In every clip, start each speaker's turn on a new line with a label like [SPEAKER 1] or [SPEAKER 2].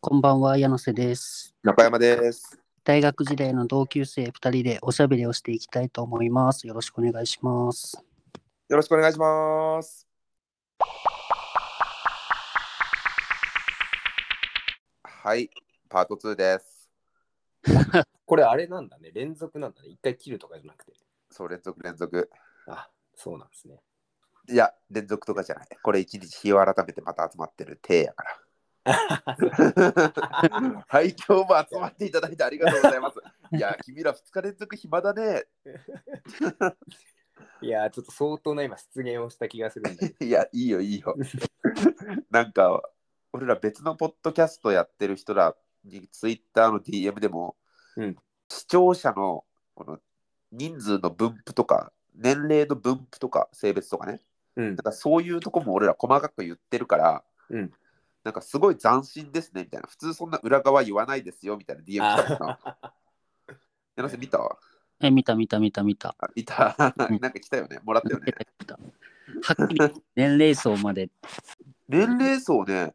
[SPEAKER 1] こんばんは、柳瀬です。
[SPEAKER 2] 中山です。
[SPEAKER 1] 大学時代の同級生2人でおしゃべりをしていきたいと思います。よろしくお願いします。
[SPEAKER 2] よろしくお願いします。はい、パート2です。
[SPEAKER 3] これあれなんだね。連続なんだね。一回切るとかじゃなくて。
[SPEAKER 2] そう、連続連続。
[SPEAKER 3] あ、そうなんですね。
[SPEAKER 2] いや、連続とかじゃない。これ一日日を改めてまた集まってる手やから。はい、今日も集まっていただいてありがとうございます。いや、君ら2日連続暇だね。
[SPEAKER 3] いやー、ちょっと相当な今、失言をした気がするんだけど。
[SPEAKER 2] いや、いいよ、いいよ。 なんか、俺ら別のポッドキャストやってる人らに、ツイッターの DM でも、
[SPEAKER 3] うん
[SPEAKER 2] 視聴者のこの人数の分布とか、年齢の分布とか、性別とかね、
[SPEAKER 3] うん
[SPEAKER 2] なん。かそういうとこも俺ら細かく言ってるから、
[SPEAKER 3] うん
[SPEAKER 2] なんかすごい斬新ですねみたいな、普通そんな裏側言わないですよみたいな DM 来たもんな。 柳瀬見たあ
[SPEAKER 1] え、見た見た見た見た。
[SPEAKER 2] 見た な
[SPEAKER 1] うん
[SPEAKER 2] んか来たよね、もらったよね。
[SPEAKER 1] 見たはっきり年齢層まで。
[SPEAKER 2] 年齢層ね、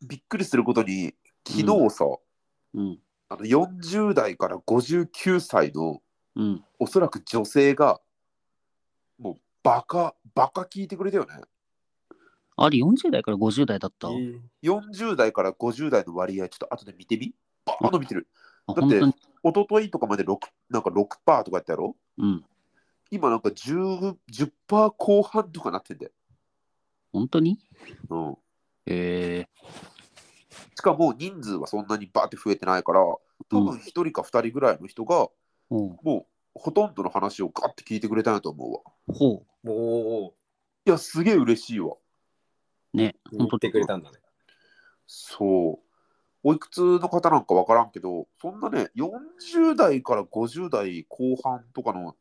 [SPEAKER 2] びっくりすることに、昨日さ、
[SPEAKER 1] うん。
[SPEAKER 2] あの40代から59歳の
[SPEAKER 1] うん。
[SPEAKER 2] おそらく女性がもうバカバカ聞いてくれたよね
[SPEAKER 1] あれ、40代から50代だった、
[SPEAKER 3] うん
[SPEAKER 2] 40代から50代の割合ちょっと後で見てみバーン伸びてる
[SPEAKER 1] あ
[SPEAKER 2] て
[SPEAKER 1] 本当に。
[SPEAKER 2] 一昨日とかまで 6, なんか6パーとかやったやろ
[SPEAKER 1] うん。
[SPEAKER 2] 今なんか 10, 10パー後半とかなってんだよ、
[SPEAKER 1] 本当に
[SPEAKER 2] うん、
[SPEAKER 1] え
[SPEAKER 2] しかも人数はそんなにバーって増えてないから多分1人か2人ぐらいの人が
[SPEAKER 1] ー、ほ
[SPEAKER 2] もうほとんどの話をガッて聞いてくれたんやと思うわ
[SPEAKER 1] う。ほ
[SPEAKER 3] おー、
[SPEAKER 2] いやすげえ嬉しいわ
[SPEAKER 1] う。ね。
[SPEAKER 3] 言ってくれたんだね。
[SPEAKER 2] そう。おいくつの方なんかわからんけど、そんなね、40代から50代後半とかの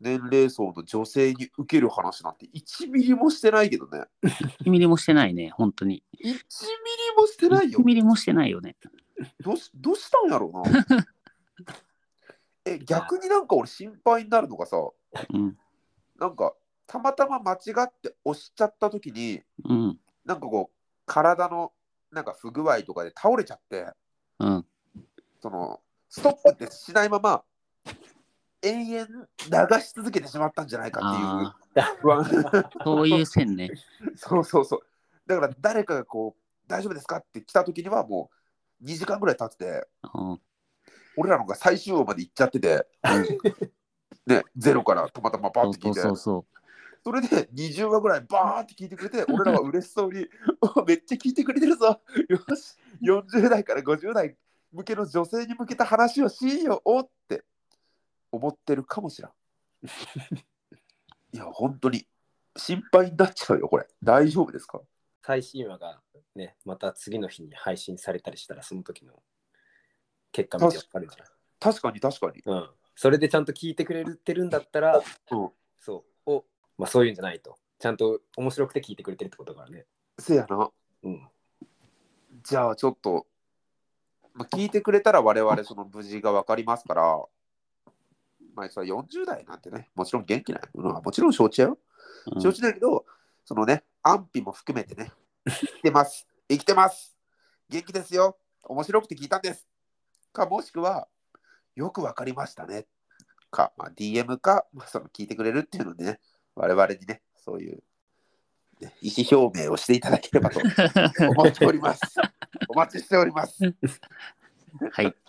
[SPEAKER 2] 年齢層の女性に受ける話なんて1ミリもしてないけどね。
[SPEAKER 1] 1ミリもしてないね、本当に。
[SPEAKER 2] 1ミリもしてないよ
[SPEAKER 1] 1。ミリもしてないよね。
[SPEAKER 2] どうしどうしたんやろうな。 え、逆になんか俺心配になるのがさ、
[SPEAKER 1] うん。
[SPEAKER 2] なんかたまたま間違って押しちゃった時に、
[SPEAKER 1] うん。
[SPEAKER 2] なんかこう、体のなんか不具合とかで倒れちゃって、
[SPEAKER 1] うん。
[SPEAKER 2] そのストップってしないまま延々流し続けてしまったんじゃないか
[SPEAKER 1] あ
[SPEAKER 2] っていう不安
[SPEAKER 1] あ、そういう線ね。
[SPEAKER 2] そうそうそうだから誰かがこう大丈夫ですかって来た時にはもう2時間ぐらい経ってて
[SPEAKER 1] うん。
[SPEAKER 2] 俺らの方が最終話まで行っちゃっ てて、ね、ゼロからたまたまバー
[SPEAKER 1] そ
[SPEAKER 2] ン
[SPEAKER 1] う
[SPEAKER 2] って
[SPEAKER 1] そ
[SPEAKER 2] 聞いうて
[SPEAKER 1] そうそう。
[SPEAKER 2] それで20話ぐらいバーンって聞いてくれて俺らは嬉しそうに おめっちゃ聞いてくれてるぞよし40代から50代向けの女性に向けた話をしようって思ってるかもしらん いや本当に心配になっちゃうよこれ大丈夫ですか
[SPEAKER 3] 最新話がね、また次の日に配信されたりしたら、その時の結果見てわかるじ
[SPEAKER 2] 確かに確かに
[SPEAKER 3] ゃん。うん。それでちゃんと聞いてくれてるんだったら、
[SPEAKER 2] うん
[SPEAKER 3] そう、お、まあそういうんじゃないと。ちゃんと面白くて聞いてくれてるってことだからね。
[SPEAKER 2] せやな
[SPEAKER 3] うん。
[SPEAKER 2] じゃあちょっと、まあ、聞いてくれたら我々その無事が分かりますから、まあ、それは40代なんてねもちろん元気なのはもちろん承知やよ
[SPEAKER 1] うん
[SPEAKER 2] 承知だけど、そのね、安否も含めてね、生きてます、 生きてます、元気ですよ、面白くて聞いたんです。か、もしくは、よくわかりましたね。か、まあ、DM か、まあ、その聞いてくれるっていうのでね、我々にね、そういう、ね、意思表明をしていただけ ればと思っております。お待ちしております。
[SPEAKER 1] はい。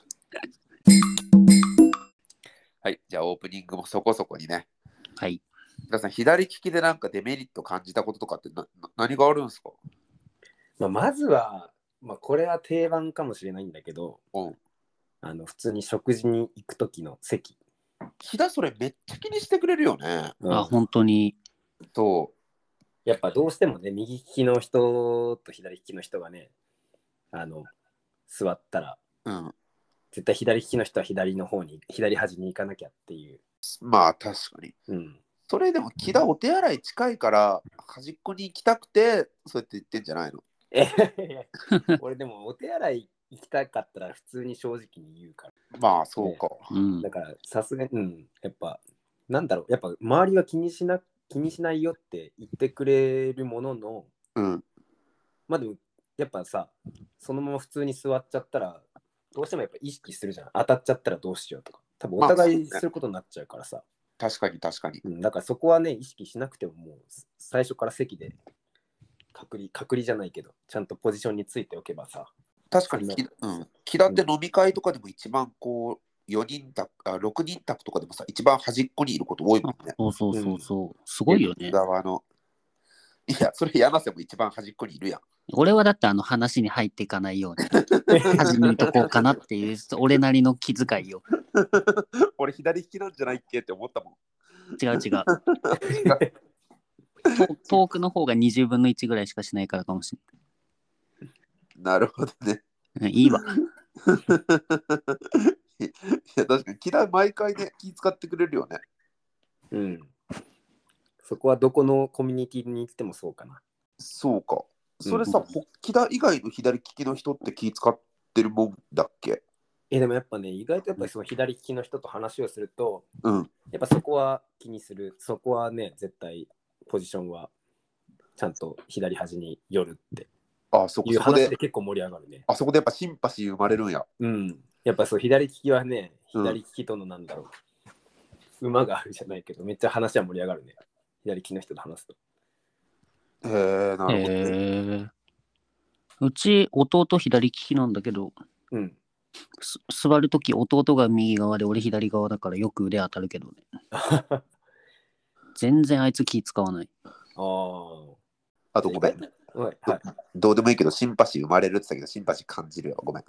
[SPEAKER 2] はい、じゃあオープニングもそこそこにね。
[SPEAKER 1] はい。
[SPEAKER 2] 皆さん、左利きでなんかデメリット感じたこととかってなな何があるんですか
[SPEAKER 3] まあ、まずは、まあ、これは定番かもしれないんだけど、
[SPEAKER 2] うん
[SPEAKER 3] あの普通に食事に行く時の席、
[SPEAKER 2] ひだそれめっちゃ気にしてくれるよね。
[SPEAKER 3] うん
[SPEAKER 1] あ、本当に。
[SPEAKER 2] そ
[SPEAKER 3] やっぱどうしてもね右利きの人と左利きの人がねあの座ったら
[SPEAKER 2] う。うん。
[SPEAKER 3] 絶対左利きの人は左の方に左端に行かなきゃっていう、
[SPEAKER 2] まあ確かに。
[SPEAKER 3] うん、
[SPEAKER 2] それでも木田お手洗い近いから端っこに行きたくてそうやって言ってんじゃないの
[SPEAKER 3] え 俺でもお手洗い行きたかったら普通に正直に言うから
[SPEAKER 2] まあそうか。
[SPEAKER 1] うん
[SPEAKER 3] だ。からさすがにうんやっぱなんだろうやっぱ周りは気にしな気にしないよって言ってくれるものの
[SPEAKER 2] うん。
[SPEAKER 3] まあでもやっぱさ、そのまま普通に座っちゃったら、どうしてもやっぱ意識するじゃん。当たっちゃったらどうしようとか。多分お互いすることになっちゃうからさ。
[SPEAKER 2] 確かに確かに。
[SPEAKER 3] うん、だからそこはね、意識しなくてももう、最初から席で隔離、隔離じゃないけど、ちゃんとポジションについておけばさ。
[SPEAKER 2] 確かにき、うん、キラって飲み会とかでも一番こう、4人宅、あ6人宅とかでもさ、一番端っこにいること多いもんね。
[SPEAKER 1] そうそうそうそう。すごいよね。
[SPEAKER 2] 側の。いや、それ柳瀬も一番端っこにいるやん。
[SPEAKER 1] 俺はだってあの話に入っていかないよう に始めとこうかなっていう俺なりの気遣いを。
[SPEAKER 2] 俺左利きなんじゃないっけって思ったもん。
[SPEAKER 1] 違う違う。トトークの方が20分の1ぐらいしかしないからかもしれ
[SPEAKER 2] なるほどね。
[SPEAKER 1] ない。うんいいわ。
[SPEAKER 2] いや、確かに、キラ毎回ね、気使ってくれるよね。
[SPEAKER 3] うん。そこはどこのコミュニティに行ってもそうかな。
[SPEAKER 2] そうか。それさ、
[SPEAKER 1] うん
[SPEAKER 2] キラ以外の左利きの人って気使ってるもんだっけ
[SPEAKER 3] え、でもやっぱね、意外とやっぱりその左利きの人と話をすると、
[SPEAKER 2] うん。
[SPEAKER 3] やっぱそこは気にする。そこはね、絶対ポジションはちゃんと左端に寄るって
[SPEAKER 2] あ、そこ
[SPEAKER 3] いう
[SPEAKER 2] そこ
[SPEAKER 3] 話
[SPEAKER 2] で
[SPEAKER 3] で、結構盛り上がるね。
[SPEAKER 2] あそこでやっぱシンパシー生まれるんや。
[SPEAKER 3] うん。やっぱそう、左利きはね、
[SPEAKER 2] うん
[SPEAKER 3] 左利きとのなんだろう。馬があるじゃないけど、めっちゃ話は盛り上がるね。左利きの人と話すと。
[SPEAKER 2] へえ、なるほどね、
[SPEAKER 1] へえ。うち弟左利きなんだけど、
[SPEAKER 3] うん。
[SPEAKER 1] す座るとき弟が右側で俺左側だからよく腕当たるけどね。
[SPEAKER 3] あ
[SPEAKER 1] 全然あいつ気使わない。
[SPEAKER 3] あ。は
[SPEAKER 2] あとごめん。
[SPEAKER 3] い。はい。
[SPEAKER 2] どうでもいいけど、シンパシー生まれるって言ったけど、シンパシー感じるよ。ごめん。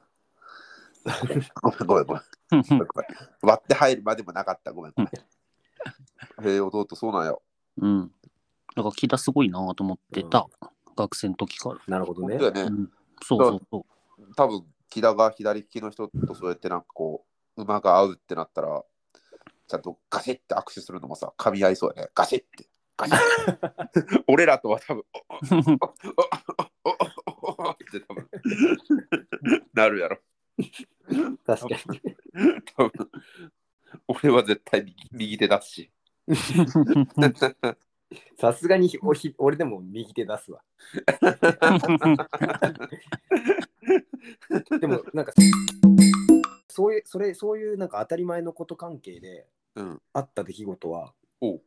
[SPEAKER 2] ごめん、ごめん、ごめん。ごめんごめん割って入るまでもなかった。ごめん、ごめん。へえ、弟、そうなんよ。
[SPEAKER 1] うん。だから木田すごいなと思ってた。学生の時から。
[SPEAKER 3] なるほど
[SPEAKER 2] 本
[SPEAKER 3] ね
[SPEAKER 2] 当。よね
[SPEAKER 1] う。ん、そうそうそう。
[SPEAKER 2] 多分木田が左利きの人とそうやってなんかこう馬が合うってなったらちゃんとガシッて握手するのもさ噛み合いそうやねガシッてガシッ て俺らとは多分おおおおおおおって多分なるやろ
[SPEAKER 3] 確か に。
[SPEAKER 2] 多分俺は絶対右右手出すし
[SPEAKER 3] さすがにおひ俺でも右手出すわ。でもなんかそういうそれそういうなんか当たり前のこと関係で
[SPEAKER 2] うん
[SPEAKER 3] あった出来事は
[SPEAKER 2] おう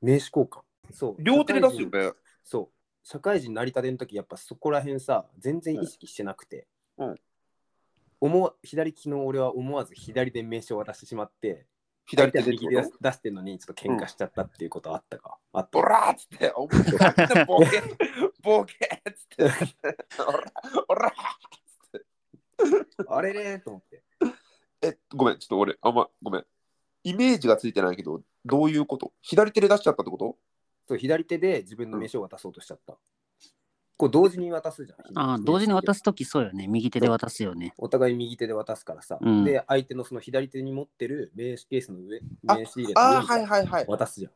[SPEAKER 3] 名刺交換。そう
[SPEAKER 2] 両手で出すよ
[SPEAKER 3] 社会人
[SPEAKER 2] ね
[SPEAKER 3] そう社会人なりたての時やっぱそこら辺さ全然意識してなくて、
[SPEAKER 2] うん
[SPEAKER 3] 思わ左利きの俺は思わず左で名刺を渡してしまって
[SPEAKER 2] 左手
[SPEAKER 3] 相手
[SPEAKER 2] で
[SPEAKER 3] は
[SPEAKER 2] ってこ
[SPEAKER 3] 右手
[SPEAKER 2] と
[SPEAKER 3] 出してるのにちょっと喧嘩しちゃったっていうことはあったか、あった
[SPEAKER 2] オラーっつって、お前ボケ、ボケっつ って、オラ、オラ
[SPEAKER 3] あれれと思って。
[SPEAKER 2] え、ごめん、ちょっと俺、あんま、ごめん。イメージがついてないけど、どういうこと左手で出しちゃったってこと
[SPEAKER 3] そう左手で自分の飯を渡そうとしちゃった。こう同時に渡すじゃん。
[SPEAKER 1] ああ同時に渡
[SPEAKER 3] す。
[SPEAKER 1] す時そうよね。右手で渡すよね。
[SPEAKER 3] お互い右手で渡すからさ。
[SPEAKER 1] うん
[SPEAKER 3] で、相手のその左手に持ってる名刺ケースの上、
[SPEAKER 2] あ
[SPEAKER 3] 名刺入れ
[SPEAKER 2] あ
[SPEAKER 3] の
[SPEAKER 2] あ、はい
[SPEAKER 3] 上に
[SPEAKER 2] はいはい。
[SPEAKER 3] 渡すじゃん。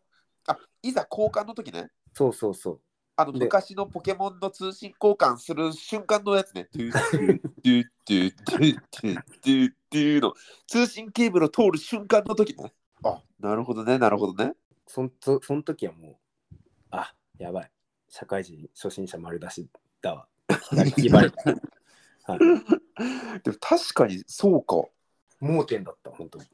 [SPEAKER 2] あいざ交換の時ね。
[SPEAKER 3] そうそうそう。
[SPEAKER 2] あの
[SPEAKER 3] で
[SPEAKER 2] 昔のポケモンの通信交換する瞬間のやつね。ドゥードゥードゥードゥードゥードゥードゥーの通信ケーブルを通る瞬間の時ね。あなるほどね、なるほどね。
[SPEAKER 3] そんそその時はもう、あやばい。社会人初心者丸出しだわ。左利きバレ た。はい、
[SPEAKER 2] でも確かにそうか。
[SPEAKER 3] 盲点だった、本当に。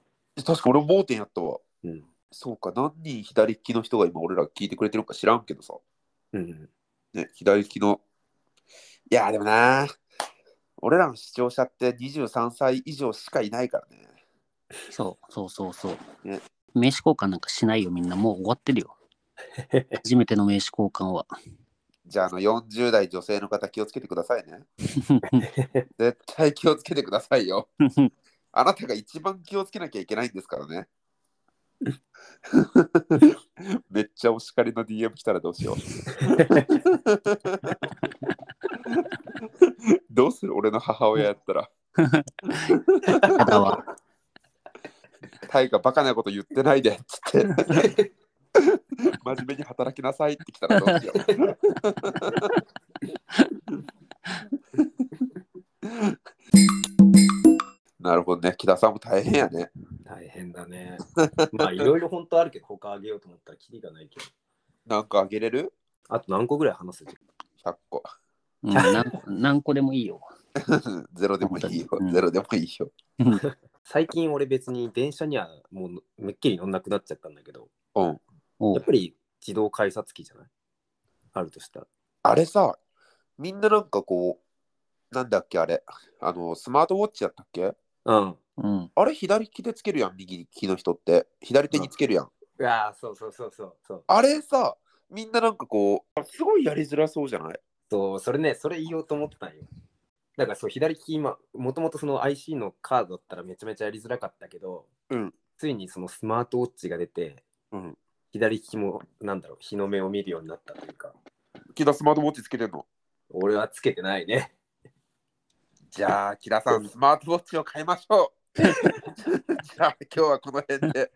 [SPEAKER 2] 確か俺盲点やったわ。
[SPEAKER 3] うん。
[SPEAKER 2] そうか、何人左利きの人が今俺ら聞いてくれてるか知らんけどさ。
[SPEAKER 3] うん、
[SPEAKER 2] ね、左利きの。いや、でもな、俺らの視聴者って23歳以上しかいないからね。
[SPEAKER 1] そうそうそうそう。
[SPEAKER 2] ね
[SPEAKER 1] 名刺交換なんかしないよみんな。もう終わって るよ。初めての名刺交換 は。
[SPEAKER 2] じゃあ、あの40代女性の方、気をつけてくださいね。絶対気をつけてくださいよ。あなたが一番気をつけなきゃいけないんですからね。めっちゃお叱りの DM 来たらどうしよう。どうする俺の母親やったら。
[SPEAKER 1] ただは。
[SPEAKER 2] タイがバカなこと言ってないでっつって。真面目に働きなさいって来たらどうしよう。なるほどね。木田さんも大変やね。
[SPEAKER 3] 大変だね。まあ、いろいろ本当あるけど、他あげようと思ったら、キリがないけど。
[SPEAKER 2] なんかあげれる
[SPEAKER 3] あと何個ぐらい話す
[SPEAKER 2] ?100 個。
[SPEAKER 1] うん、何何個でもいいよ。
[SPEAKER 2] ゼロでもいいよ
[SPEAKER 1] う。ん
[SPEAKER 2] ゼロでもいいよ。
[SPEAKER 3] 最近俺別に電車にはもうめっきり乗んなくなっちゃったんだけど、
[SPEAKER 2] うん。
[SPEAKER 1] お
[SPEAKER 3] やっ
[SPEAKER 1] う
[SPEAKER 3] ぱり自動改札機じゃないあるとしたら。
[SPEAKER 2] あれさ、みんななんかこう、なんだっけあれ、あの、スマートウォッチやったっけ
[SPEAKER 3] うん。
[SPEAKER 1] うん、
[SPEAKER 2] あれ左利きでつけるやん、右利きの人って。左手につけるやん。
[SPEAKER 3] いやーそうそうそうそうそう。
[SPEAKER 2] あれさ、みんななんかこう、すごいやりづらそうじゃない
[SPEAKER 3] そう、それね、それ言おうと思ってたんよ。だからそう、左利き今、もともとその IC のカードだったらめちゃめちゃやりづらかったけど、
[SPEAKER 2] うん
[SPEAKER 3] ついにそのスマートウォッチが出て、
[SPEAKER 2] うん
[SPEAKER 3] 左利きも、なんだろう、日の目を見るようになったというか、
[SPEAKER 2] 木田スマートウォッチつけてんの
[SPEAKER 3] 俺はつけてないね。
[SPEAKER 2] じゃあ、木田さん、スマートウォッチを買いましょ う。じゃあ、今日はこの辺で。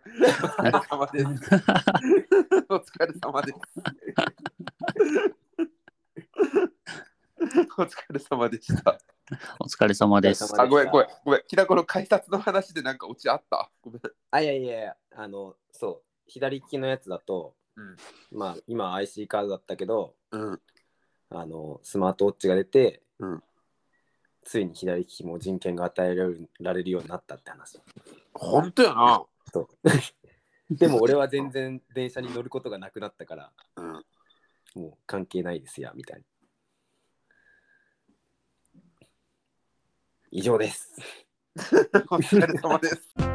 [SPEAKER 2] お疲れ様です。お疲れ様です。お疲れ様でした。
[SPEAKER 1] お疲れ様です。
[SPEAKER 2] あ、ごめん、ごめん、ごめん。木田、この改札の話でなんかオチあった。ごめん。
[SPEAKER 3] あ、いやいやいや、あの、そう、左利きのやつだと、
[SPEAKER 2] うん
[SPEAKER 3] まあ、今 IC カードだったけど、
[SPEAKER 2] うん。
[SPEAKER 3] あの、スマートウォッチが出て、
[SPEAKER 2] うん
[SPEAKER 3] ついに左利きも人権が与えられるられるようになったって 話。
[SPEAKER 2] 本当やな。
[SPEAKER 3] そうでも俺は全然電車に乗ることがなくなったから、
[SPEAKER 2] うん
[SPEAKER 3] もう関係ないですや、みたいな。以上です。
[SPEAKER 2] お疲れ様です。